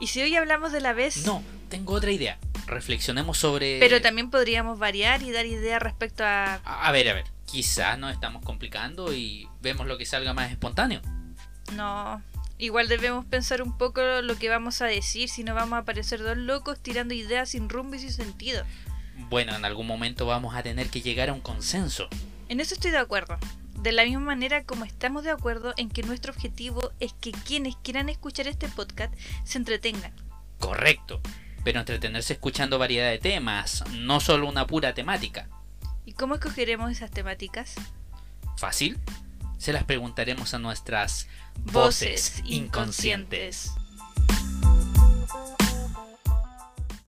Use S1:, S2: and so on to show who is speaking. S1: ¿Y si hoy hablamos de la vez?
S2: No, eh. tengo otra idea. Reflexionemos sobre...
S1: Pero también podríamos variar y dar ideas respecto a...
S2: A a ver, a ver. Quizás nos estamos complicando y vemos lo que salga más espontáneo.
S1: No. Igual debemos pensar un poco lo que vamos a decir, si no vamos a parecer dos locos tirando ideas sin rumbo y sin sentido.
S2: Bueno, en algún momento vamos a tener que llegar a un consenso.
S1: En eso estoy de acuerdo. De la misma manera como estamos de acuerdo en que nuestro objetivo es que quienes quieran escuchar este podcast se entretengan.
S2: Correcto. Pero entretenerse escuchando variedad de temas, no solo una pura temática.
S1: ¿Y cómo escogeremos esas temáticas?
S2: ¿Fácil? Se las preguntaremos a nuestras
S1: Voces inconscientes.